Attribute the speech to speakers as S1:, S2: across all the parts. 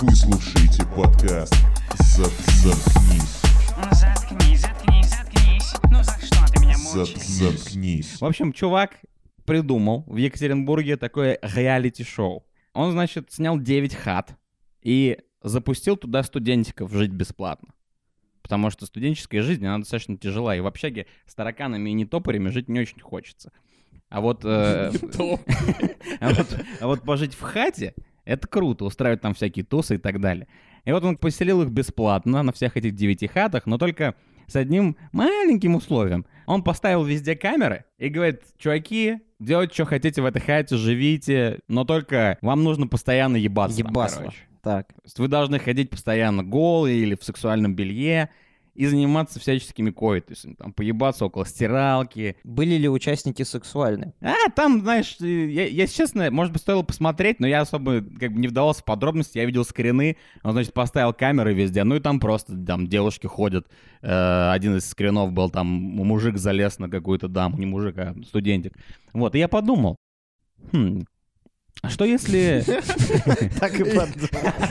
S1: Вы слушаете подкаст «Зап- «Заткнись».
S2: Ну заткнись, заткнись, заткнись. Ну за что ты меня
S1: «Зап-
S2: мучаешь?
S1: «Заткнись».
S3: В общем, чувак придумал в Екатеринбурге такое реалити-шоу. Он, значит, снял 9 хат и запустил туда студентиков жить бесплатно. Потому что студенческая жизнь, она достаточно тяжела, и в общаге с тараканами и нетопорями жить не очень хочется. А вот, э, а вот, а вот пожить в хате, это круто, устраивать там всякие тусы и так далее. И вот он поселил их бесплатно на всех этих девяти хатах, но только с одним маленьким условием. Он поставил везде камеры и говорит, чуваки, делайте, что хотите в этой хате, живите, но только вам нужно постоянно ебаться. там,
S4: Ебасло.
S3: короче».
S4: Так.
S3: То есть вы должны ходить постоянно голые или в сексуальном белье и заниматься всяческими кой, то есть там поебаться около стиралки.
S4: Были ли участники сексуальны?
S3: А, там, знаешь, э, я, если честно, может быть, стоило посмотреть, но я особо как бы не вдавался в подробности, я видел скрины, он, значит, поставил камеры везде, ну и там просто там девушки ходят, Э, один из скринов был там, мужик залез на какую-то даму, не мужик, а студентик. Вот, и я подумал, хм, а что если...
S4: Так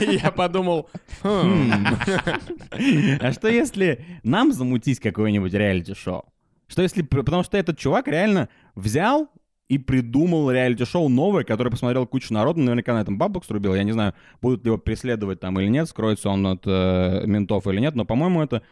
S4: и
S5: Я подумал, «Хм,
S3: Хм. А что если нам замутить какое-нибудь реалити-шоу? Что если... пр- Потому что этот чувак реально взял и придумал реалити-шоу новое, которое посмотрел кучу народу, наверняка на этом бабок срубил, я не знаю, будут ли его преследовать там или нет, скроется он от э, ментов или нет, но, по-моему, это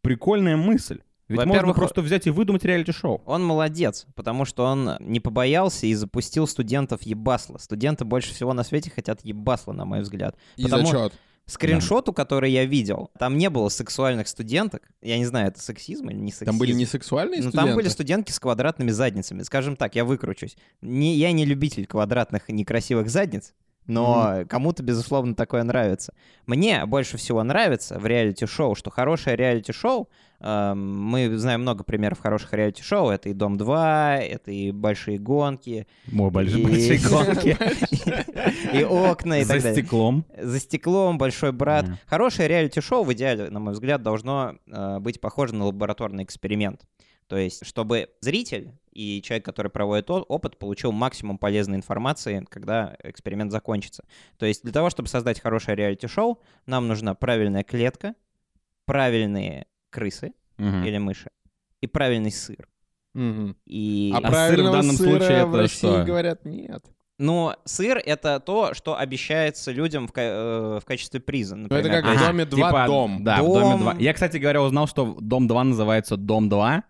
S3: прикольная мысль. Ведь можно
S4: Во-первых,
S3: просто взять и выдумать реалити-шоу.
S4: Он молодец, потому что он не побоялся и запустил студентов ебасла. Студенты больше всего на свете хотят ебасла, на мой взгляд.
S5: И
S4: Потому-
S5: зачет.
S4: Скриншоту, который я видел, там не было сексуальных студенток. Я не знаю, это сексизм или не сексизм.
S5: Там были не сексуальные
S4: Ну,
S5: студенты?
S4: там были студентки с квадратными задницами. Скажем так, я выкручусь. Не, я не любитель квадратных и некрасивых задниц, но кому-то, безусловно, такое нравится. Мне больше всего нравится в реалити-шоу, что хорошее реалити-шоу, эм, мы знаем много примеров хороших реалити-шоу, это и «Дом-2», это и «Большие гонки»,
S3: Мой
S4: и-
S3: большие гонки.
S4: и «Окна», и
S3: За
S4: так далее.
S3: стеклом.
S4: «За стеклом», «Большой брат».
S3: Мгм.
S4: Хорошее реалити-шоу в идеале, на мой взгляд, должно э, быть похоже на лабораторный эксперимент. То есть, чтобы зритель и человек, который проводит о- опыт, получил максимум полезной информации, когда эксперимент закончится. То есть, для того, чтобы создать хорошее реалити-шоу, нам нужна правильная клетка, правильные крысы
S3: Мгм.
S4: или мыши и правильный сыр.
S5: Мгм.
S4: И...
S5: А
S3: сыр в
S5: правильного
S3: данном
S5: сыра
S3: случае это
S5: в России
S3: что?
S5: говорят нет.
S4: Но сыр — это то, что обещается людям в, ка- э, в качестве приза.
S5: Ну, это
S4: например.
S5: как в
S3: Ага,
S5: доме два
S3: Типа,
S5: дом.
S3: Да, в доме
S4: Дом.
S3: 2. Я, кстати говоря, узнал, что дом 2 называется дом 2,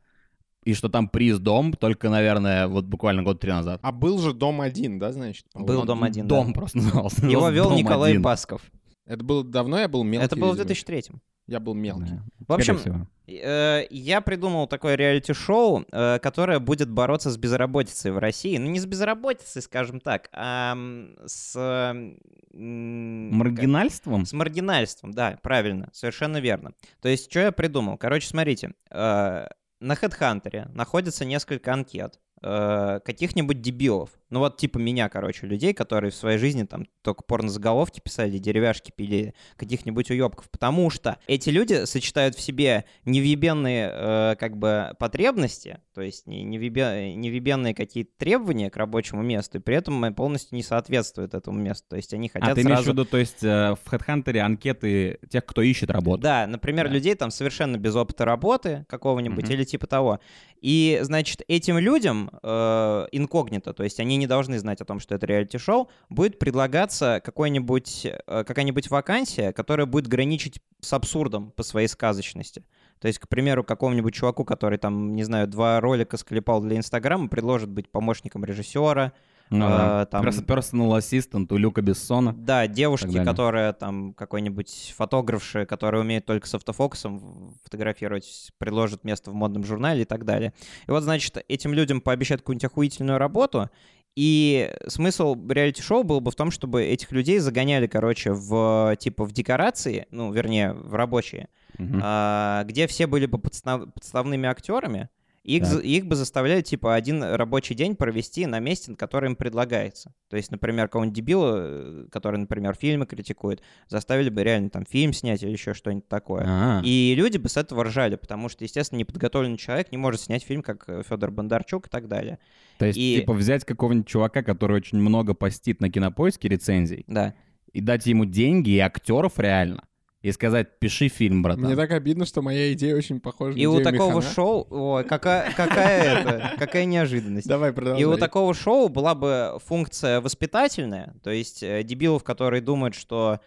S3: и что там приз дом, только, наверное, вот буквально год три назад.
S5: А был же дом один, да, значит? по-моему?
S4: Был дом один. да.
S3: Дом просто назывался.
S4: Его
S3: Назывался
S4: вел
S3: «Дом
S4: Николай
S3: один».
S4: Басков.
S5: Это было давно, я был мелкий.
S4: это было в
S5: видимо.
S4: 2003
S5: Я был мелкий.
S3: Да.
S4: В общем,
S3: Скорее всего.
S4: э, я придумал такое реалити-шоу, э, которое будет бороться с безработицей в России. Ну, не с безработицей, скажем так, а м, с... э, м,
S3: маргинальством.
S4: С маргинальством, да, правильно, совершенно верно. То есть, что я придумал? Короче, смотрите, э, на HeadHunter находится несколько анкет э, каких-нибудь дебилов. Ну вот типа меня, короче, людей, которые в своей жизни там только порнозаголовки писали, деревяшки пили, каких-нибудь уебков. Потому что эти люди сочетают в себе невъебенные э, как бы потребности, то есть не- невъебе- невъебенные какие-то требования к рабочему месту, и при этом э, полностью не соответствуют этому месту. То есть они хотят
S3: А ты имеешь в
S4: сразу...
S3: виду, то есть э, в HeadHunter анкеты тех, кто ищет работу?
S4: Да, например,
S3: Да.
S4: людей там совершенно без опыта работы какого-нибудь
S3: Мгм.
S4: или типа того. И, значит, этим людям э, инкогнито, то есть они не должны знать о том, что это реалити-шоу, будет предлагаться какой-нибудь, э, какая-нибудь вакансия, которая будет граничить с абсурдом по своей сказочности. То есть, к примеру, какому-нибудь чуваку, который там, не знаю, два ролика склепал для Инстаграма, предложат быть помощником режиссера,
S3: Ну да.
S4: э, там-
S3: Перс- Personal assistant у Люка Бессона.
S4: да,
S3: так
S4: девушки,
S3: далее.
S4: которая там какой-нибудь фотографши, которая умеет только с автофокусом фотографировать, предложит место в модном журнале и так далее. И вот, значит, этим людям пообещают какую-нибудь охуительную работу, и смысл реалити-шоу был бы в том, чтобы этих людей загоняли, короче, в типа в декорации, ну, вернее, в рабочие,
S3: Мгм.
S4: а, где все были бы подстав- подставными актерами, их, за- их бы заставляли, типа, один рабочий день провести на месте, который им предлагается. То есть, например, кого-нибудь дебила, э, который, например, фильмы критикует, заставили бы реально там фильм снять или еще что-нибудь такое.
S3: А,
S4: И люди бы с этого ржали, потому что, естественно, неподготовленный человек не может снять фильм, как Федор Бондарчук и так далее.
S3: То есть,
S4: и-
S3: типа, взять какого-нибудь чувака, который очень много постит на кинопоиске рецензий,
S4: Да.
S3: и дать ему деньги и актеров реально, и сказать, пиши фильм, братан.
S5: Мне так обидно, что моя идея очень похожа на
S4: И у
S5: идею
S4: такого
S5: Михана.
S4: шоу... Ой, какая, какая это... Какая неожиданность.
S5: Давай, продолжай.
S4: И у такого шоу была бы функция воспитательная, то есть э, дебилов, которые думают, что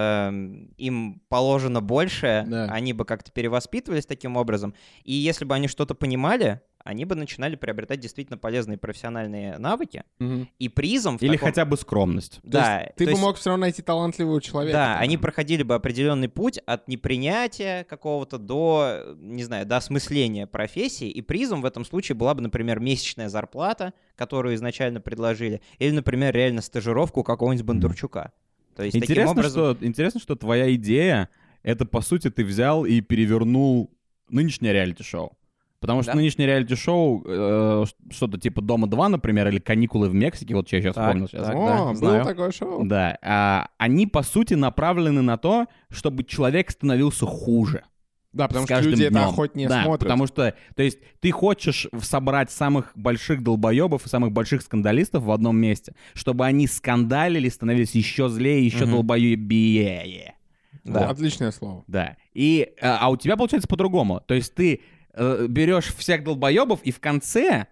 S4: эм, им положено больше,
S5: Да.
S4: они бы как-то перевоспитывались таким образом. И если бы они что-то понимали, они бы начинали приобретать действительно полезные профессиональные навыки.
S5: Мгм.
S4: и призом в
S3: Или
S4: таком-
S3: хотя бы скромность.
S5: То есть
S4: да, то
S5: ты бы
S4: есть-
S5: мог все равно найти талантливого человека.
S4: да,
S5: там.
S4: они проходили бы определенный путь от непринятия какого-то до, не знаю, до осмысления профессии, и призом в этом случае была бы, например, месячная зарплата, которую изначально предложили, или, например, реально стажировку какого-нибудь Бондарчука. То есть таким
S3: Интересно,
S4: образом...
S3: что, интересно, что твоя идея, это, по сути, ты взял и перевернул нынешнее реалити-шоу. Потому что
S4: Да.
S3: нынешнее реалити-шоу, э, что-то типа «Дома-2», например, или «Каникулы в Мексике», вот что я сейчас
S4: Так,
S3: вспомнил. Сейчас.
S4: так,
S5: О,
S4: да,
S5: было
S4: знаю.
S5: такое шоу.
S3: Да, а, они, по сути, направлены на то, чтобы человек становился хуже.
S5: Да, потому
S3: с
S5: что
S3: каждым
S5: люди это
S3: днем.
S5: охотнее
S3: да,
S5: смотрят.
S3: потому что, то есть, ты хочешь в- собрать самых больших долбоебов и самых больших скандалистов в одном месте, чтобы они скандалили, становились еще злее, еще
S4: Мгм.
S3: долбоебее.
S5: Да.
S3: а
S4: Да.
S5: Отличное слово.
S3: Да. И, э, а у тебя получается по-другому. То есть ты э, берешь всех долбоебов, и в конце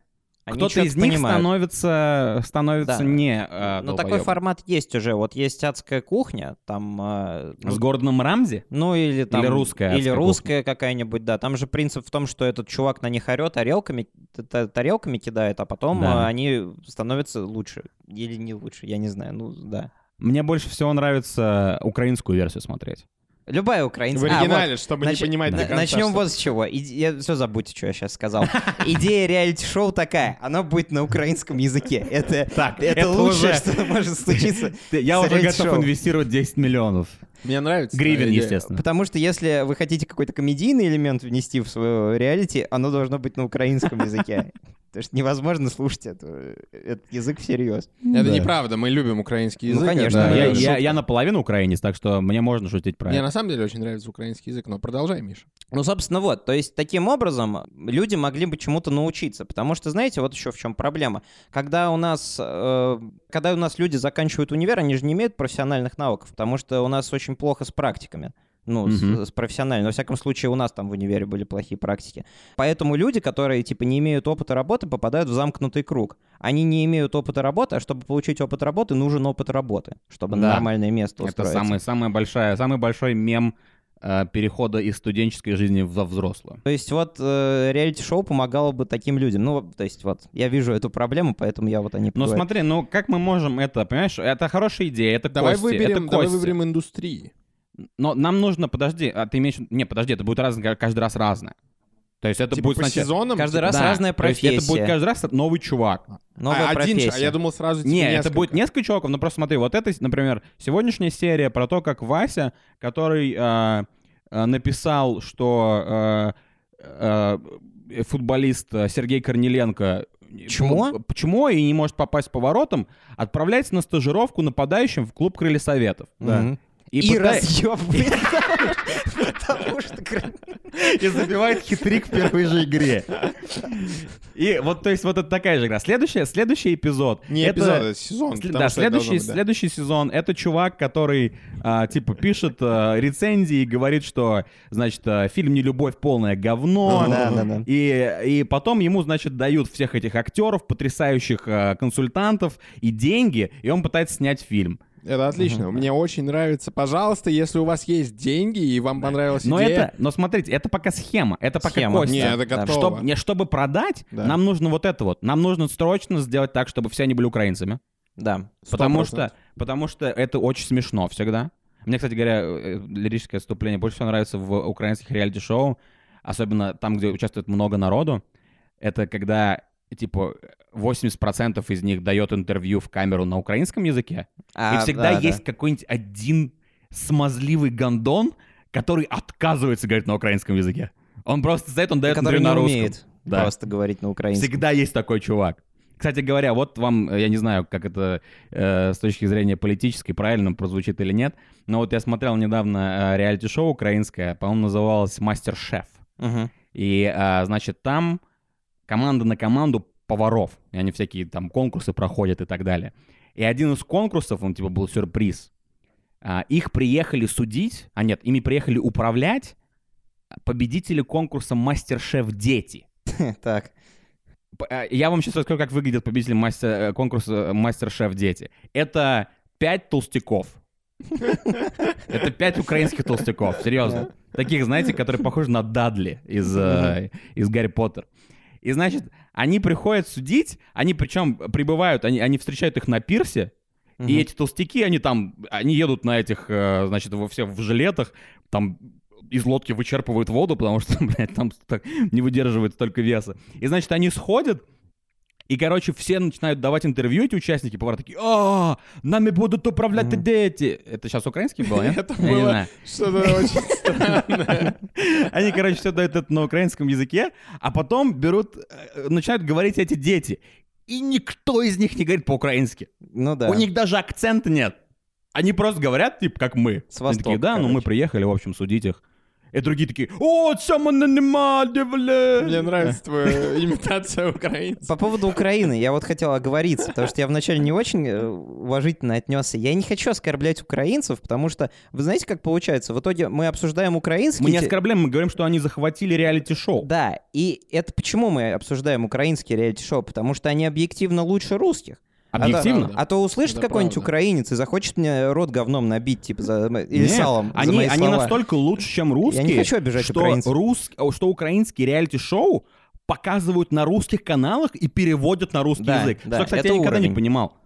S4: Они
S3: кто-то
S4: чё-то
S3: из них
S4: понимают.
S3: становится, становится
S4: Да.
S3: не э,
S4: Но такой
S3: долбоёбом.
S4: формат есть уже. Вот есть «Адская кухня», там... э, ну,
S3: С Гордоном Рамзи?
S4: Ну или там...
S3: русская
S4: Или
S3: адская
S4: русская какая-нибудь, да. Там же принцип в том, что этот чувак на них орет, тарелками, т- т- тарелками кидает, а потом
S3: Да.
S4: э, они становятся лучше. Или не лучше, я не знаю. Ну, да.
S3: Мне больше всего нравится украинскую версию смотреть.
S4: Любая украинская...
S5: В
S4: А, вот.
S5: оригинале, чтобы
S4: Нач-
S5: не понимать до
S4: на-
S5: конца.
S4: Начнем
S5: что-
S4: вот с чего. И- Я все забудьте, что я сейчас сказал. Идея реалити-шоу такая. Она будет на украинском языке. Это,
S3: Так,
S4: это,
S3: это
S4: лучшее,
S3: уже-
S4: что может случиться.
S3: Я уже
S4: Смотреть
S3: готов
S4: шоу.
S3: инвестировать 10 миллионов.
S5: Мне нравится.
S3: Гривен,
S5: твоя идея.
S3: естественно.
S4: Потому что если вы хотите какой-то комедийный элемент внести в свою реалити, оно должно быть на украинском языке. Потому что невозможно слушать эту- этот язык всерьез.
S5: Это
S3: Да.
S5: неправда, мы любим украинский
S4: Ну,
S5: язык.
S4: конечно,
S5: это
S3: Я, я-
S5: шутка.
S3: я наполовину украинец, так что мне можно шутить про
S5: Мне
S3: это.
S5: на самом деле очень нравится украинский язык, но продолжай, Миша.
S4: Ну, собственно, вот. То есть, таким образом, люди могли бы чему-то научиться. Потому что, знаете, вот еще в чем проблема. Когда у нас, э, когда у нас люди заканчивают универ, они же не имеют профессиональных навыков, потому что у нас очень плохо с практиками. Ну,
S3: Мгм.
S4: с, с профессиональной. Во всяком случае, у нас там в универе были плохие практики. Поэтому люди, которые, типа, не имеют опыта работы, попадают в замкнутый круг. Они не имеют опыта работы, а чтобы получить опыт работы, нужен опыт работы, чтобы на
S3: Да.
S4: нормальное место
S3: ну, Это
S4: устроиться.
S3: самый, самая большая, самый большой мем э, перехода из студенческой жизни в во взрослую.
S4: То есть вот э, реалити-шоу помогало бы таким людям. Ну, то есть вот, я вижу эту проблему, поэтому я вот они.
S3: Ну смотри, ну как мы можем это, понимаешь, это хорошая идея, это
S5: Давай
S3: кости, это
S5: выберем, давай
S3: кости.
S5: выберем индустрии.
S3: Но нам нужно, подожди, а ты имеешь... Не, подожди, это будет разное, каждый раз разное. То есть это
S5: типа
S3: будет
S5: по
S3: сначала...
S5: сезонам.
S4: Каждый
S5: типа,
S4: раз
S3: Да,
S4: разная
S3: то есть это
S4: профессия.
S3: будет каждый раз новый чувак.
S4: Новая
S5: а, один,
S4: профессия.
S5: же, а я думал сразу. типа,
S3: Не, это
S5: несколько.
S3: будет несколько чуваков, но просто смотри, вот это, например, сегодняшняя серия про то, как Вася, который э, э, написал, что э, э, футболист э, Сергей Корниленко
S4: Чмо?
S3: п- чмо и не может попасть поворотом, отправляется на стажировку нападающим в клуб Крылья Советов.
S4: Мгм. И,
S3: пытай-
S4: разъёбывает, потому что- потому что...
S3: и забивает хитрик в первой же игре. И вот, то есть, вот это такая же игра. Следующая, следующий эпизод.
S5: Не
S3: это-
S5: эпизод, а сезон.
S3: Сле-
S5: потому
S3: Да,
S5: что это должно
S3: следующий,
S5: быть, да.
S3: следующий сезон это чувак, который а, типа пишет а, рецензии и говорит, что значит а, фильм не любовь полное говно.
S5: Ну,
S4: Да, да, да.
S3: И, и потом ему, значит, дают всех этих актеров, потрясающих а, консультантов и деньги, и он пытается снять фильм.
S5: Это отлично. Мне очень нравится. Пожалуйста, если у вас есть деньги и вам понравилась
S3: Но
S5: идея.
S3: это, но смотрите, это пока схема, это пока
S4: Схема.
S3: кости.
S5: Не, это
S4: Да,
S5: готово.
S3: Чтоб- не, чтобы продать,
S5: Да.
S3: нам нужно вот это вот. Нам нужно срочно сделать так, чтобы все они были украинцами.
S4: Да.
S3: Потому что, потому что это очень смешно всегда. Мне, кстати говоря, э, лирическое отступление больше всего нравится в украинских реалити-шоу, особенно там, где участвует много народу. Это когда, типа, 80% из них дает интервью в камеру на украинском языке, и
S4: А,
S3: всегда
S4: да, да.
S3: есть какой-нибудь один смазливый гондон, который отказывается говорить на украинском языке. Он просто за это он дает
S4: Который
S3: интервью
S4: не
S3: на русском.
S4: умеет
S3: Да.
S4: просто говорить на украинском.
S3: Всегда есть такой чувак. Кстати говоря, вот вам, э, я не знаю, как это э, с точки зрения политической, правильно прозвучит или нет, но вот я смотрел недавно э, реалити-шоу украинское, по-моему, называлось «Мастер-шеф».
S4: Мгм.
S3: И, э, значит, там команда на команду поваров, и они всякие там конкурсы проходят и так далее. И один из конкурсов, он типа был сюрприз. А, Их приехали судить, а нет, ими приехали управлять победители конкурса «Мастер-шеф дети».
S4: Так.
S3: П- а, Я вам сейчас расскажу, как выглядят победители мастер, э, конкурса «Мастер-шеф дети». Это пять толстяков. Это пять украинских толстяков, серьезно. Таких, знаете, которые похожи на Дадли из, э, из «Гарри Поттер». И, значит, они приходят судить, они причем прибывают, они, они встречают их на пирсе, и
S4: Мгм.
S3: эти толстяки, они там, они едут на этих, э, значит, во все в жилетах, там из лодки вычерпывают воду, потому что, блядь, там так не выдерживает столько веса. И, значит, они сходят, и, короче, все начинают давать интервью, эти участники, повар такие, а нами будут управлять
S4: Мгм.
S3: дети. Это сейчас украинский был, нет?
S5: Это
S3: Я не
S5: было
S3: знаю.
S5: Что-то очень странное.
S3: Они, короче, все дают это на украинском языке, а потом берут, э, начинают говорить эти дети. И никто из них не говорит по-украински.
S4: Ну да.
S3: У них даже акцента нет. Они просто говорят, типа, как мы.
S4: С
S3: Они такие,
S4: Востока,
S3: да, ну мы
S4: короче.
S3: приехали, в общем, судить их. И другие такие, о, самонанимали, бля.
S5: Мне нравится твоя имитация украинцев.
S4: По поводу Украины, я вот хотел оговориться, потому что я вначале не очень э, уважительно отнесся. Я не хочу оскорблять украинцев, потому что, вы знаете, как получается? В итоге мы обсуждаем украинские...
S3: Мы не
S4: те-
S3: оскорбляем, мы говорим, что они захватили реалити-шоу.
S4: Да, и это почему мы обсуждаем украинские реалити-шоу? Потому что они объективно лучше русских. А
S3: Объективно.
S4: то, а то услышит
S5: Это
S4: какой-нибудь
S5: правда.
S4: украинец и захочет мне рот говном набить, типа, за... или
S3: Нет,
S4: салом. за
S3: Они,
S4: мои
S3: они
S4: слова.
S3: настолько лучше, чем русские,
S4: хочу обижать
S3: что,
S4: украинцев.
S3: рус- о, что украинские реалити-шоу показывают на русских каналах и переводят на русский
S4: Да,
S3: язык.
S4: да,
S3: что, кстати,
S4: это
S3: я никогда не
S4: уровень.
S3: понимал.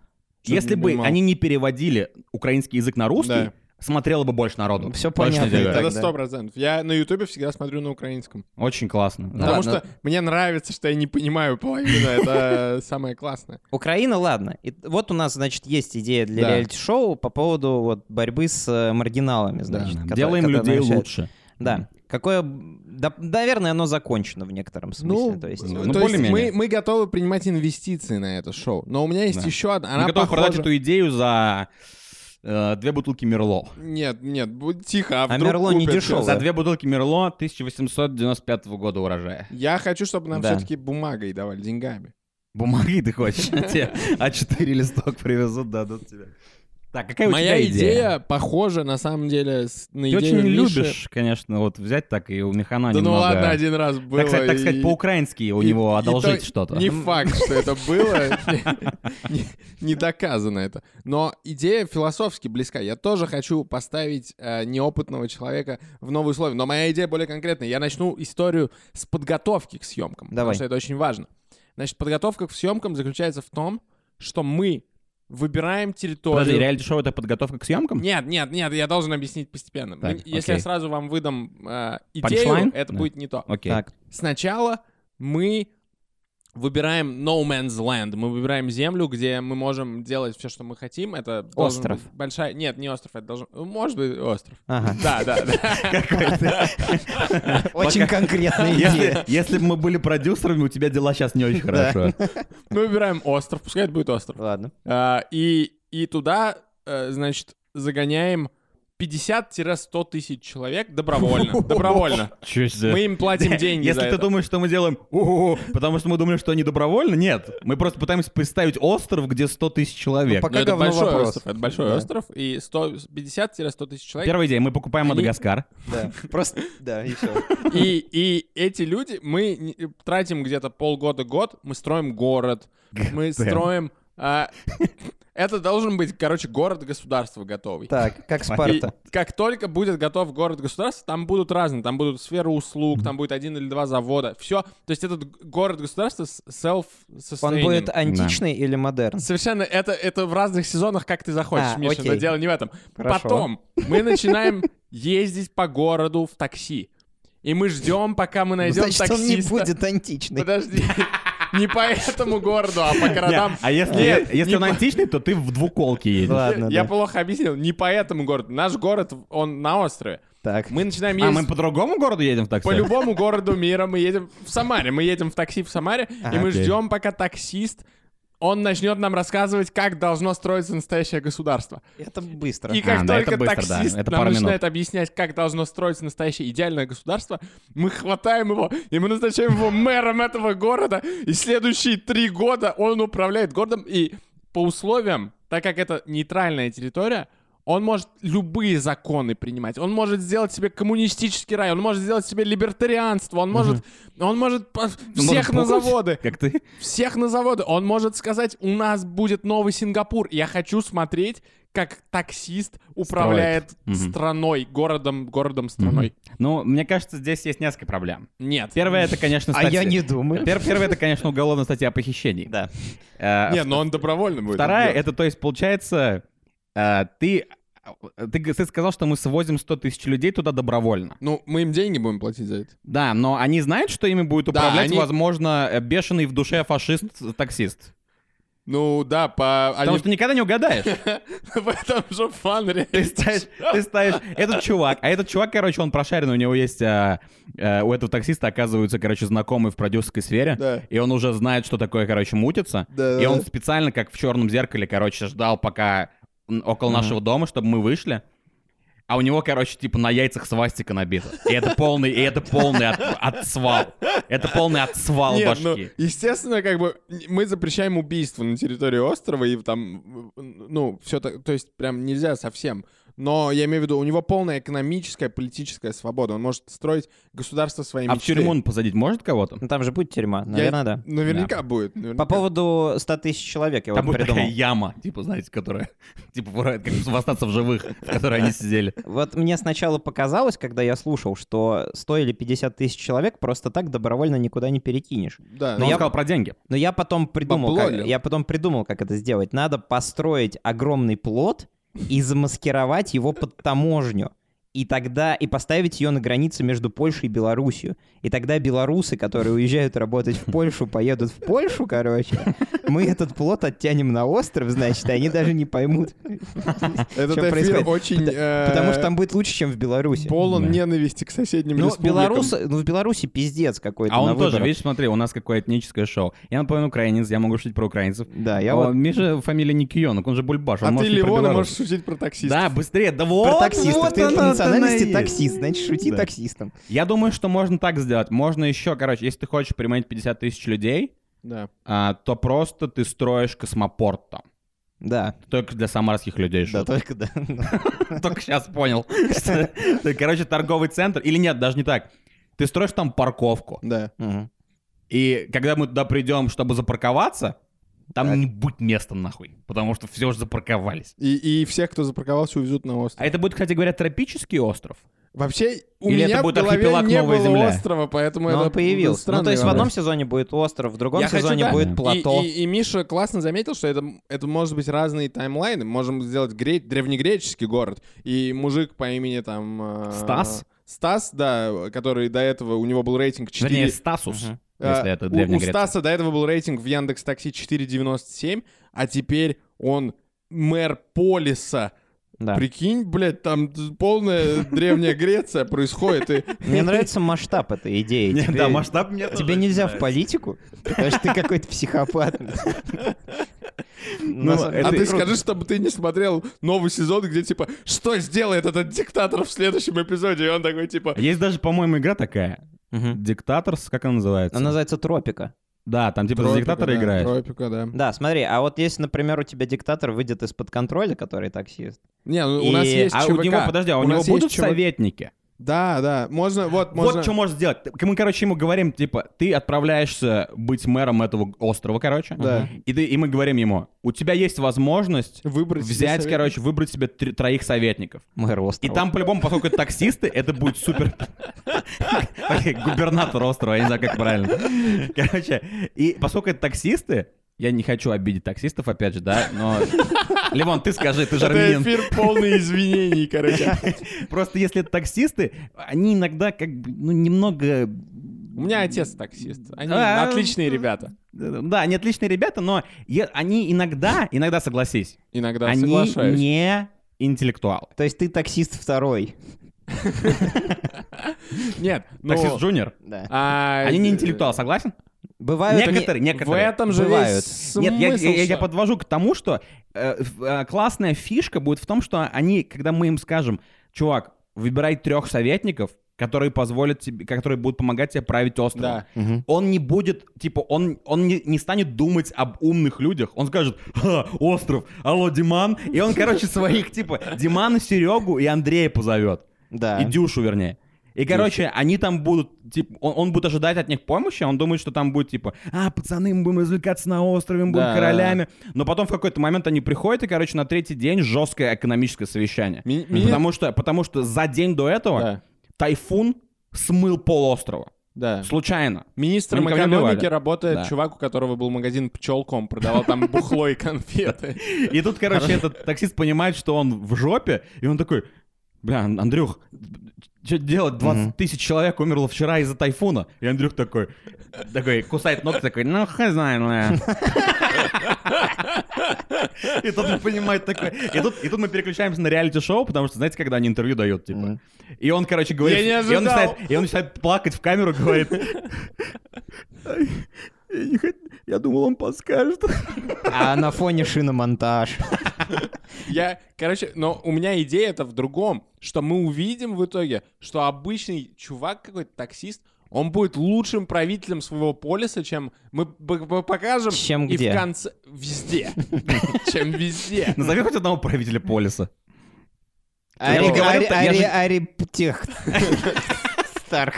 S5: Что
S3: Если
S5: не
S3: бы
S5: понимал?
S3: они не переводили украинский язык на русский,
S5: Да.
S3: смотрело бы больше народу.
S4: Всё
S3: Точно
S4: понятно.
S3: тебе
S4: Да,
S3: говорю.
S5: Это
S4: да.
S5: сто процентов. Я на Ютубе всегда смотрю на украинском.
S3: Очень классно. да. ну,
S5: Потому
S4: ладно.
S5: что мне нравится, что я не понимаю половину. Это самое классное.
S4: Украина, ладно. И вот у нас, значит, есть идея для
S5: Да.
S4: реалити-шоу по поводу вот борьбы с э, маргиналами, значит.
S3: Да.
S4: которые-
S3: Делаем
S4: которые
S3: людей
S4: нарушают.
S3: лучше.
S4: Да. Какое... да, наверное, оно закончено в некотором смысле. то есть...
S3: ну,
S5: то есть
S3: более-менее.
S5: мы, мы готовы принимать инвестиции на это шоу. Но у меня есть
S3: Да.
S5: еще одна.
S3: Мы
S5: Она
S3: готовы
S5: похожа-
S3: продать эту идею за э, две бутылки Мерло.
S5: Нет, нет, будь тихо. А,
S4: А
S5: вдруг
S4: Мерло не
S5: купят.
S4: дешевое.
S3: За две бутылки Мерло 1895 года урожая.
S5: Я хочу, чтобы нам
S4: Да.
S5: все-таки бумагой давали, деньгами.
S3: Бумаги ты хочешь? а тебе А4 листок привезут, дадут тебе. Так, какая у
S5: Моя
S3: тебя идея?
S5: идея похожа на самом деле с- на
S3: Ты
S5: идею
S3: очень
S5: Миши.
S3: любишь, конечно, вот взять так и у Механа
S5: Да ну
S3: немного-
S5: ладно, один раз было.
S3: Так сказать, так сказать,
S5: и-
S3: по-украински у
S5: и-
S3: него
S5: и
S3: одолжить
S5: то
S3: что-то.
S5: Не факт, что это было. Не- Не доказано это. Но идея философски близка. Я тоже хочу поставить э, неопытного человека в новые условия. Но моя идея более конкретная. Я начну историю с подготовки к съемкам. Потому
S4: Давай.
S5: что это очень важно. Значит, подготовка к съемкам заключается в том, что мы выбираем
S3: Подожди,
S5: территорию.
S3: реалити-шоу — это подготовка к съемкам?
S5: Нет, нет, нет, я должен объяснить постепенно.
S3: Так,
S5: Мне- Если я
S3: окей.
S5: сразу вам выдам э,
S3: Панчлайн?
S5: идею, это
S3: Да.
S5: будет не то.
S3: Окей.
S4: Так,
S5: Сначала мы выбираем no man's land. Мы выбираем землю, где мы можем делать все, что мы хотим. Это должен
S4: Остров.
S5: быть большая... Нет, не остров, это должен... Может быть, остров.
S4: ага.
S5: Да, да, да.
S4: Очень конкретная идея.
S3: Если, если бы мы были продюсерами, у тебя дела сейчас не очень хорошо.
S5: Мы выбираем остров, пускай это будет остров.
S4: Ладно.
S5: А, И, и туда, э, значит, загоняем 50-100 тысяч человек добровольно. Добровольно.
S3: Чё себе.
S5: Мы им платим деньги
S3: Если
S5: за
S3: ты
S5: это.
S3: думаешь, что мы делаем «У-у-у», потому что мы думали, что они добровольно, нет. Мы просто пытаемся представить остров, где 100 тысяч человек.
S4: Ну, пока
S5: Но это
S4: говно
S5: большой
S4: вопрос.
S5: остров. Это большой
S4: Да.
S5: остров. И 150-100 тысяч человек
S3: Первая идея, мы покупаем
S5: Они-
S3: Мадагаскар.
S4: Да. Просто, да, и все.
S5: И, и эти люди, мы не- э, тратим где-то полгода-год, мы строим город, мы строим... а, это должен быть, короче, город-государство готовый.
S4: Так, как
S5: И
S4: Спарта.
S5: как только будет готов город-государство, там будут разные, там будут сферы услуг, там будет один или два завода, все. То есть этот г- город-государство с- self-sustaining.
S4: Он будет античный или модерн?
S5: Совершенно, это, это в разных сезонах, как ты захочешь,
S4: А,
S5: Миша,
S4: окей.
S5: но дело не в этом.
S4: Хорошо.
S5: Потом мы начинаем ездить по городу в такси. И мы ждем, пока мы найдем
S4: Значит, он не
S5: таксиста.
S4: будет античный.
S5: Подожди. Не по этому городу, а по городам.
S3: Не, а если,
S5: Нет,
S3: если
S5: не
S3: он
S5: по-
S3: античный, то ты в двуколке едешь.
S4: Ладно,
S5: Я
S4: да.
S5: плохо объяснил. Не по этому городу. Наш город, он на острове.
S4: Так.
S5: Мы начинаем
S3: А мы
S5: ездить
S3: по другому городу едем в такси?
S5: по любому городу мира. Мы едем в Самаре. Мы едем в такси в Самаре. И мы
S3: А, окей.
S5: ждем, пока таксист он начнет нам рассказывать, как должно строиться настоящее государство.
S4: Это быстро.
S5: И
S3: А,
S5: как
S3: да, это
S5: только
S3: быстро, да.
S5: таксист
S3: Это
S5: нам
S3: пару минут.
S5: начинает объяснять, как должно строиться настоящее идеальное государство, мы хватаем его, и мы назначаем его мэром этого города, и следующие три года он управляет городом, и по условиям, так как это нейтральная территория, Он может любые законы принимать. Он может сделать себе коммунистический рай. Он может сделать себе либертарианство. Он может, он может по-
S3: может
S5: всех на
S3: пукнуть?
S5: заводы.
S3: Как ты?
S5: Всех на заводы. Он может сказать, у нас будет новый Сингапур. Я хочу смотреть, как таксист управляет
S3: Мгм.
S5: страной, городом, городом страной.
S3: Ну, мне кажется, здесь есть несколько проблем.
S5: Нет.
S3: Первое, это, конечно,
S5: А
S3: статья...
S4: думаю.
S3: Пер- Первое, это, конечно, уголовная статья о похищении.
S4: Да.
S3: Э,
S5: Не, но он добровольно будет.
S3: Вторая,
S5: делать.
S3: это, то есть, получается, э, ты, ты, г- ты сказал, что мы свозим 100 тысяч людей туда добровольно.
S5: Ну, мы им деньги будем платить за это.
S3: Да, но они знают, что ими будет
S5: Да,
S3: управлять,
S5: они-
S3: возможно, э, бешеный в душе фашист-таксист.
S5: Ну, да, по...
S3: Потому
S5: они-
S3: что никогда не угадаешь.
S5: В этом же фан
S3: Ты ставишь, ты ставишь, этот чувак, а этот чувак, короче, он прошарен, у него есть, а, э, у этого таксиста оказываются, короче, знакомые в продюсерской сфере,
S5: Да.
S3: и он уже знает, что такое, короче, мутится,
S5: Да,
S3: и
S5: да,
S3: он
S5: да.
S3: специально, как в черном зеркале, короче, ждал, пока м, около нашего дома, чтобы мы вышли, а у него, короче, типа на яйцах свастика набита. И это полный, и это полный от- отсвал. Это полный отсвал
S5: Нет, ну,
S3: башки.
S5: естественно, как бы н- мы запрещаем убийство на территории острова, и там, м, ну, все так, то есть прям нельзя совсем. Но я имею в виду, у него полная экономическая, политическая свобода. Он может строить государство своими
S3: А в тюрьму он посадить может кого-то?
S4: Ну, там же будет тюрьма, наверное, да.
S5: Наверняка будет.
S4: По
S5: наверняка.
S4: поводу 100 тысяч человек я
S3: Там
S4: вот
S3: будет
S4: придумал.
S3: такая яма, типа, знаете, которая, типа, вроде как в остаться в живых, в которой они сидели.
S4: Вот мне сначала показалось, когда я слушал, что 100 или 50 тысяч человек просто так добровольно никуда не перекинешь.
S5: Да,
S3: Но
S5: ну,
S3: он
S4: я-
S3: сказал про деньги.
S4: Но я потом придумал,
S5: Бабло
S4: как,
S5: лил.
S4: я потом придумал, как это сделать. Надо построить огромный плод и замаскировать его под таможню. И тогда и поставить ее на границе между Польшей и Белоруссией. И тогда белорусы, которые уезжают работать в Польшу, поедут в Польшу, короче. Мы этот плод оттянем на остров, значит, и они даже не поймут.
S5: этот
S4: что
S5: эфир
S4: происходит?
S5: очень... э,
S4: Потому что там будет лучше, чем в Беларуси.
S5: Полон
S3: Да.
S5: ненависти к соседним
S4: Ну,
S5: республикам.
S4: белорусы, ну, в Беларуси пиздец какой-то.
S3: А
S4: на
S3: он тоже,
S4: выборах.
S3: видишь, смотри, у нас какое этническое шоу. Я напомню, украинец, я могу шутить про украинцев.
S4: Да, я
S3: Я
S4: вот...
S3: Миша фамилия Никионок, он же бульбаш. он
S5: А ты,
S3: может не про
S5: Ливона,
S3: белорусов.
S5: можешь шутить про таксистов.
S3: Да, быстрее, да вот,
S4: Про таксистов.
S3: вот
S4: Ты
S3: оно,
S4: по
S3: оно
S4: национальности
S3: и есть.
S4: таксист, значит, шути
S3: Да.
S4: таксистом.
S3: Я думаю, что можно так сделать. Можно еще, короче, если ты хочешь приманить 50 тысяч людей,
S5: Да.
S3: а, то просто ты строишь космопорт там.
S4: Да,
S3: Только для самарских людей
S4: да,
S3: шутка.
S4: только да.
S3: Только сейчас понял. что- что, Короче, торговый центр. Или нет, даже не так. Ты строишь там парковку.
S5: Да.
S4: Мгм.
S3: И когда мы туда придем, чтобы запарковаться, там
S4: Так.
S3: не будет места нахуй. Потому что все уже запарковались.
S5: И, и всех, кто запарковался, увезут на остров.
S3: А это будет, кстати говоря, тропический остров.
S5: Вообще, у
S3: Или
S5: меня
S3: это
S5: в
S3: будет
S5: голове
S3: архипелаг
S5: не
S3: «Новая
S5: было
S3: земля»?
S5: острова, поэтому
S4: Но
S5: это
S4: он появился.
S5: странный
S4: Ну, то есть в одном
S5: вопрос.
S4: сезоне будет остров, в другом
S5: Я хочу,
S4: сезоне
S5: да.
S4: будет плато.
S5: И, и- и Миша классно заметил, что это, это может быть разные таймлайны. Можем сделать гре- древнегреческий город. И мужик по имени там... э,
S3: Стас?
S5: Стас, да, который до этого, у него был рейтинг 4...
S3: Вернее, статус,
S4: Мгм.
S3: если это
S5: у,
S3: древняя
S5: у
S3: Греция.
S5: Стаса до этого был рейтинг в Яндекс Такси 4.97, а теперь он мэр полиса.
S4: Да.
S5: Прикинь, блядь, там полная древняя Греция происходит. И
S4: Мне нравится масштаб этой идеи.
S3: Не,
S4: Тебе-
S3: Да, масштаб мне тоже
S4: Тебе нельзя в
S3: нравится.
S4: политику, потому что ты какой-то психопат.
S3: Ну,
S5: А
S3: Это
S5: ты
S3: круто.
S5: скажи, чтобы ты не смотрел новый сезон, где типа, что сделает этот диктатор в следующем эпизоде? И он такой типа,
S3: Есть даже, по-моему, игра такая.
S4: Мгм.
S3: Диктаторс, как она называется?
S4: Она называется тропика.
S3: Да, там типа за
S5: «Тропика,
S3: диктатора
S5: да,
S3: играешь.
S5: Тропика, да.
S4: Да, смотри, а вот если, например, у тебя диктатор выйдет из-под контроля, который таксист,
S5: Не, ну,
S4: И-
S5: у нас есть
S3: А
S5: ЧВК.
S3: у него, подожди, а у, него
S5: нас есть
S3: будут
S5: ЧВК.
S3: советники?
S5: Да, да, можно, вот, можно...
S3: Вот что можно сделать. Ты- Мы, короче, ему говорим, типа, ты отправляешься быть мэром этого острова, короче.
S5: Да.
S3: И, ты, и мы говорим ему, у тебя есть возможность
S5: Выбрать себе
S3: взять,
S5: совет.
S3: короче, выбрать себе тр- троих советников.
S4: мэр
S3: И
S4: острова.
S3: там, по-любому, поскольку это таксисты, это будет супер... Окей, Губернатор острова, я не знаю, как правильно. Короче, и поскольку это таксисты, я не хочу обидеть таксистов, опять же, да, но... Лимон, ты скажи, ты же
S5: Это
S3: армянин.
S5: эфир полный извинений, короче.
S3: Просто если это таксисты, они иногда как бы, ну, немного...
S5: У меня отец таксист. Они
S3: А.
S5: отличные ребята.
S3: Да, они отличные ребята, но е- они иногда, иногда, согласись,
S5: Иногда
S3: они
S5: соглашаюсь.
S3: не интеллектуалы.
S4: То есть ты таксист второй.
S5: Нет, ну...
S3: Таксист Джуниор.
S4: Да.
S5: а,
S3: Они не
S5: э,
S3: интеллектуалы, согласен?
S4: Бывают они-
S3: Некоторые,
S5: В
S3: некоторые.
S5: этом же
S4: Бывают.
S5: весь
S3: Нет, я,
S5: смысл,
S3: я- я
S5: что-
S3: подвожу к тому, что э, ф- э, классная фишка будет в том, что они, когда мы им скажем, чувак, выбирай трех советников, которые позволят тебе, которые будут помогать тебе править остров.
S5: Да.
S4: Мгм.
S3: Он не будет, типа, он, он не, не станет думать об умных людях. Он скажет, ха, остров, алло, Диман. И он, короче, своих, типа, Димана, Серегу и Андрея позовет.
S4: Да.
S3: И Дюшу, вернее. И, короче, они там будут, типа, он, он будет ожидать от них помощи, а он думает, что там будет, типа, а, пацаны, мы будем развлекаться на острове, мы будем
S5: Да.
S3: королями. Но потом в какой-то момент они приходят, и, короче, на третий день жесткое экономическое совещание.
S5: Ми- ми-
S3: Потому что, потому что за день до этого
S5: Да,
S3: тайфун смыл полуострова.
S5: да.
S3: Случайно.
S5: Министром
S3: Мы никого не
S5: экономики
S3: убивали.
S5: работает
S3: Да.
S5: чувак, у которого был магазин пчелком, продавал там бухло и конфеты.
S3: И тут, короче, этот таксист понимает, что он в жопе, и он такой, бля, Ан- Андрюх, что делать? 20
S4: Мгм.
S3: тысяч человек умерло вчера из-за тайфуна. И Андрюх такой, такой, кусает ногти, такой, ну, хай знает, И тут он понимает такой. И тут, и тут мы переключаемся на реалити-шоу, потому что, знаете, когда они интервью дают, типа.
S4: Мгм.
S3: И он, короче, говорит...
S5: Я не
S3: и, он
S5: ожидал.
S3: начинает, и он начинает плакать в камеру, говорит... «Ай, Я, не хот- я думал, он подскажет.
S4: А на фоне шиномонтаж.
S5: Я, короче, но у меня идея это в другом, что мы увидим в итоге, что обычный чувак какой-то, таксист, он будет лучшим правителем своего полиса, чем мы б- б- покажем.
S4: Чем
S5: и
S4: где?
S5: в конце... Везде. Чем везде.
S3: Назови хоть одного правителя полиса.
S4: Ари,
S3: же говорю,
S4: Ари,
S3: я
S4: Ари,
S3: же-
S4: Ари, Птех. Старк.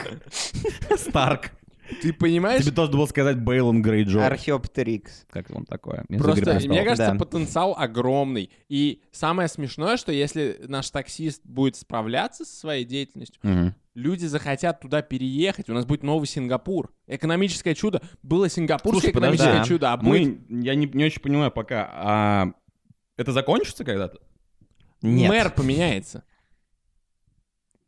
S3: Старк.
S5: Ты понимаешь?
S3: Тебе должен был сказать Бейлон Грейджо.
S4: Археоптерикс.
S3: Как он такое?
S5: Просто, мне кажется,
S4: Да.
S5: потенциал огромный. И самое смешное, что если наш таксист будет справляться со своей деятельностью, люди захотят туда переехать. У нас будет новый Сингапур. Экономическое чудо. Было сингапурское
S3: Слушай, подожди.
S5: экономическое
S4: Да.
S5: чудо, а будет...
S3: Мы, я не, не очень понимаю пока, а это закончится когда-то?
S4: Нет.
S5: Мэр поменяется.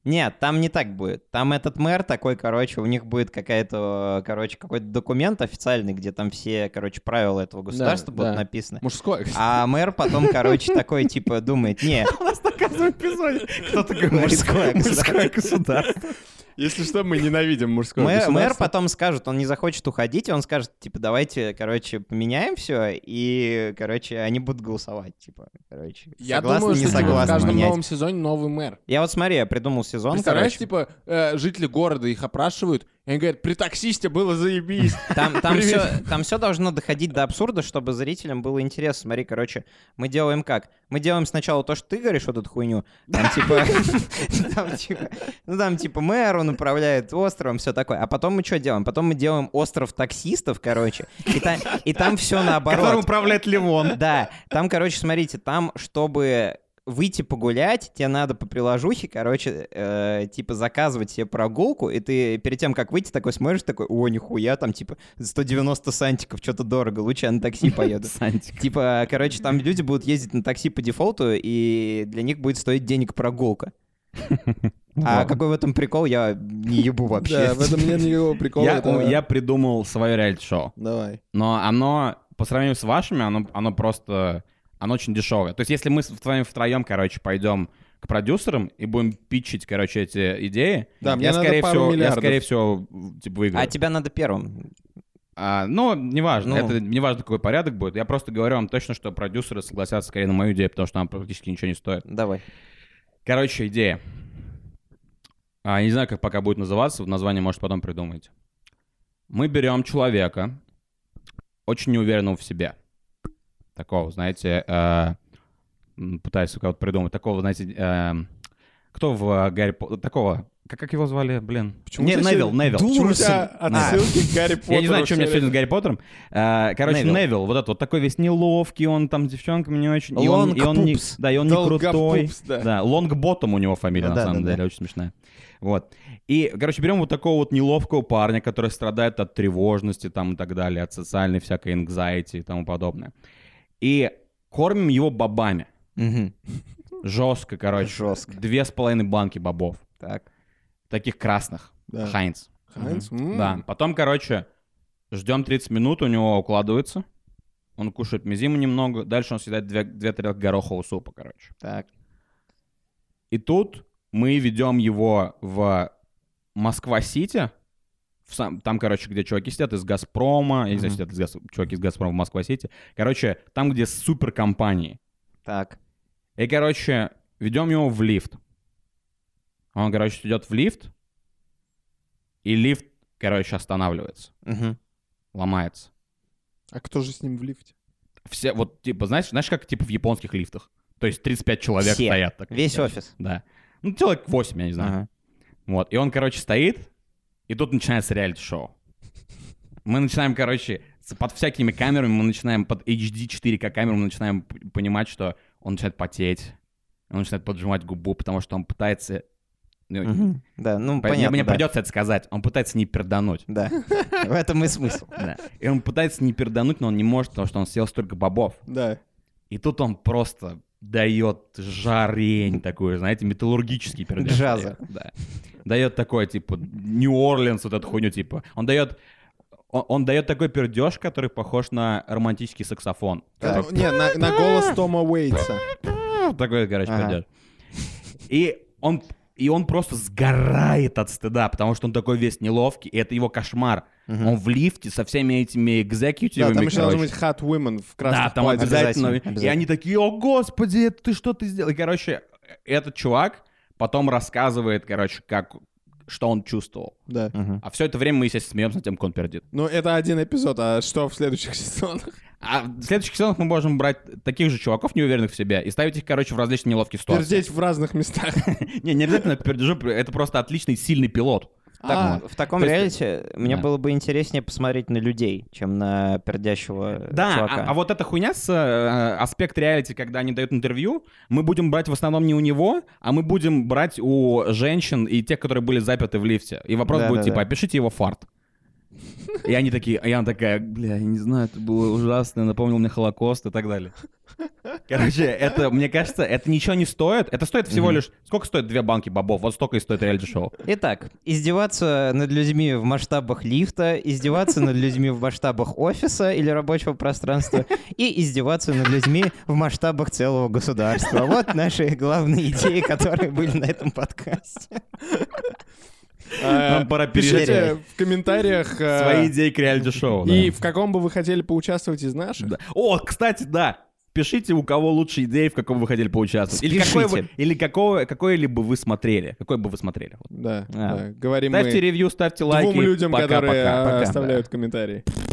S4: Нет, там не так будет. Там этот мэр такой, короче, у них будет какая-то, короче, какой-то документ официальный, где там все, короче, правила этого государства будут
S5: да.
S4: написаны.
S5: Мужское.
S4: А мэр потом, короче, такой, типа, думает, не,
S3: У нас на каждом эпизоде кто-то
S4: Мужское государство.
S3: мужское государство.
S5: Если что, мы ненавидим мужское
S4: мэр, мэр
S5: государство.
S4: потом скажет, он не захочет уходить, и он скажет, типа, давайте, короче, поменяем все, и, короче, они будут голосовать, типа, короче,
S5: Я
S4: согласны,
S5: думаю,
S4: не
S5: что типа, в
S4: согласны
S5: каждом
S4: менять.
S5: новом сезоне новый мэр.
S4: Я вот смотри, я придумал сезон,
S5: Представляешь,
S4: короче,
S5: типа, э, жители города их опрашивают, и они говорят, при таксисте было заебись.
S4: Там, там,
S5: типа, Привет.
S4: все, там все должно доходить до абсурда, чтобы зрителям было интересно. Смотри, короче, мы делаем как? Мы делаем сначала то, что ты говоришь, вот эту хуйню. Там типа... там, типа- Ну там типа мэр, он управляет островом, все такое. А потом мы что делаем? Потом мы делаем остров таксистов, короче. И там, и там все
S3: Которым
S4: наоборот.
S3: управляет Ливон.
S4: Да, там, короче, смотрите, там, чтобы выйти погулять, тебе надо по приложухе, короче, э, типа заказывать себе прогулку, и ты перед тем, как выйти, такой смотришь, такой, о, нихуя, там, типа, 190 сантиков, что-то дорого, лучше я на такси поеду.
S3: Сантик.
S4: Типа, короче, там люди будут ездить на такси по дефолту, и для них будет стоить денег прогулка. А какой в этом прикол, я не ебу вообще.
S5: нет никакого прикола.
S3: Я, я придумал свое реалити-шоу.
S5: Давай.
S3: Но оно, по сравнению с вашими, оно, оно просто... Оно очень дешевое. То есть если мы с вами втроем, короче, пойдем к продюсерам и будем питчить, короче, эти идеи,
S5: Да, мне
S3: я,
S5: надо
S3: скорее
S5: пару
S3: всего, я,
S5: миллиардов.
S3: скорее всего, в- типа, выиграю.
S4: А тебя надо первым.
S3: А, ну, неважно.
S4: Ну.
S3: Это неважно, какой порядок будет. Я просто говорю вам точно, что продюсеры согласятся скорее на мою идею, потому что она практически ничего не стоит.
S4: Давай.
S3: Короче, идея. А, не знаю, как пока будет называться. Название, может, потом придумаете. Мы берем человека, очень неуверенного в себе. Такого, знаете, э, м, пытаюсь у кого-то придумать. Такого, знаете, э, кто в э, Гарри По- Такого, как, как его звали, блин?
S5: Почему
S3: Не,
S5: ты
S3: Невилл,
S5: сегодня-
S3: Невилл.
S5: Почему у
S3: Чурсин.
S5: тебя
S3: А.
S5: отсылки к Гарри Поттеру?
S3: Я не знаю, что у меня
S5: всё
S3: сегодня с
S5: время?
S3: Гарри Поттером. А, Короче,
S4: Невилл.
S3: Невил. вот этот вот такой весь неловкий, он там с девчонками не очень. И он,
S4: Лонг
S3: и он не,
S4: пупс.
S3: да, и он не крутой.
S5: Долговпупс, да.
S3: Да, Лонгботом у него фамилия, на
S4: Ну да,
S3: самом
S4: да,
S3: деле,
S4: да.
S3: очень смешная. Вот. И, короче, берем вот такого вот неловкого парня, который страдает от тревожности там и так далее, от социальной всякой anxiety и тому подобное. И кормим его бобами.
S4: Мгм.
S3: Жестко, короче.
S4: Жестко.
S3: Две с половиной банки бобов.
S4: Так.
S3: Таких красных.
S5: Да.
S3: Хайнц.
S5: Хайнц? М.
S3: Да. Потом, короче, ждем 30 минут, у него укладывается. Он кушает мизиму немного. Дальше он съедает две, две тарелки горохового супа, короче.
S4: Так.
S3: И тут мы ведем его в Москва-Сити. в сам- там, короче, где чуваки сидят из Газпрома, я не знаю,
S4: Мгм.
S3: сидят из Газ- чуваки из Газпрома в Москва-Сити. Короче, там, где суперкомпании.
S4: Так.
S3: И, короче, ведем его в лифт. Он, короче, идет в лифт, И лифт, короче, останавливается,
S4: Мгм.
S3: ломается.
S5: А кто же с ним в лифте?
S3: Все, вот, типа, знаешь, знаешь, как, типа, в японских лифтах? То есть 35 человек
S4: Все.
S3: стоят. Так,
S4: Весь
S3: короче.
S4: офис.
S3: Да. Ну, человек 8, я не знаю.
S4: Ага.
S3: Вот, и он, короче, стоит, и тут начинается реалити-шоу. Мы начинаем, короче, с- под всякими камерами, мы начинаем под HD 4К камеру, мы начинаем п- понимать, что он начинает потеть, он начинает поджимать губу, потому что он пытается... ну,
S4: Мгм. Да, ну
S3: по- мне-
S4: понятно.
S3: мне
S4: да.
S3: придется это сказать, он пытается не пердануть.
S4: Да. В этом и смысл.
S3: Да. И он пытается не пердануть, но он не может, потому что он съел столько бобов.
S5: Да.
S3: И тут он просто дает жарень такую, знаете, металлургический пердеж.
S4: Джаза.
S3: Да. Дает такой, типа, Нью-Орлеанс, вот эту хуйню, типа. Он дает он, он дает такой пердеж, который похож на романтический саксофон.
S5: Это- Не, на, на голос Тома Уэйтса.
S3: Такой, короче,
S4: Ага.
S3: пердеж. И он, и он просто сгорает от стыда, потому что он такой весь неловкий, и это его кошмар.
S4: Мгм.
S3: Он в лифте со всеми этими экзекьютивами.
S5: Да, там еще должен
S3: короче.
S5: быть Hot Women в красных
S3: Да, там
S5: платьях.
S3: обязательно.
S4: Обязательно,
S3: И
S4: обязательно.
S3: они такие, о господи, это ты что ты сделал? И, короче, этот чувак потом рассказывает, короче, как, что он чувствовал.
S5: Да.
S4: Мгм.
S3: А все это время мы, естественно, смеемся над тем, как он пердит.
S5: Ну, это один эпизод, а что в следующих сезонах?
S3: А в следующих сезонах мы можем брать таких же чуваков, неуверенных в себе, и ставить их, короче, в различные неловкие ситуации.
S5: Пердеть в разных местах.
S3: Не, не обязательно к пердежу, это просто отличный, сильный пилот.
S5: А,
S4: Так, в таком
S3: То
S4: реалити мне
S3: да.
S4: было бы интереснее посмотреть на людей, чем на
S5: э,
S4: пердящего
S3: Да,
S4: чувака.
S3: а, а вот эта хуйня с э, аспект реалити, когда они дают интервью, мы будем брать в основном не у него, а мы будем брать у женщин и тех, которые были запяты в лифте. И вопрос
S4: Да,
S3: будет
S4: да,
S3: типа,
S4: да.
S3: опишите его фарт. И они такие, а я такая, бля, я не знаю, это было ужасно, напомнил мне Холокост и так далее. Короче, это, мне кажется, это ничего не стоит. Это стоит всего
S4: Мгм.
S3: лишь... Сколько стоит две банки бобов? Вот столько и стоит реалити-шоу.
S4: Итак, издеваться над людьми в масштабах лифта, издеваться над людьми в масштабах офиса или рабочего пространства и издеваться над людьми в масштабах целого государства. Вот наши главные идеи, которые были на этом подкасте.
S5: А,
S3: Нам пора
S5: Пишите
S3: пережить.
S5: в комментариях э,
S3: Свои идеи к реалити-шоу. да.
S5: и в каком бы вы хотели поучаствовать из наших.
S3: Да. О, кстати, да. Пишите, у кого лучше идеи, в каком вы хотели поучаствовать. Или,
S4: Спешите.
S3: какой вы, или какого, какой-либо вы смотрели. Какой бы вы смотрели. Вот.
S5: Да,
S4: А.
S5: да. говорим
S3: Ставьте
S5: мы
S3: ревью, ставьте лайки.
S5: двум людям,
S3: Пока-пока.
S5: которые э,
S3: Пока.
S5: оставляют комментарии.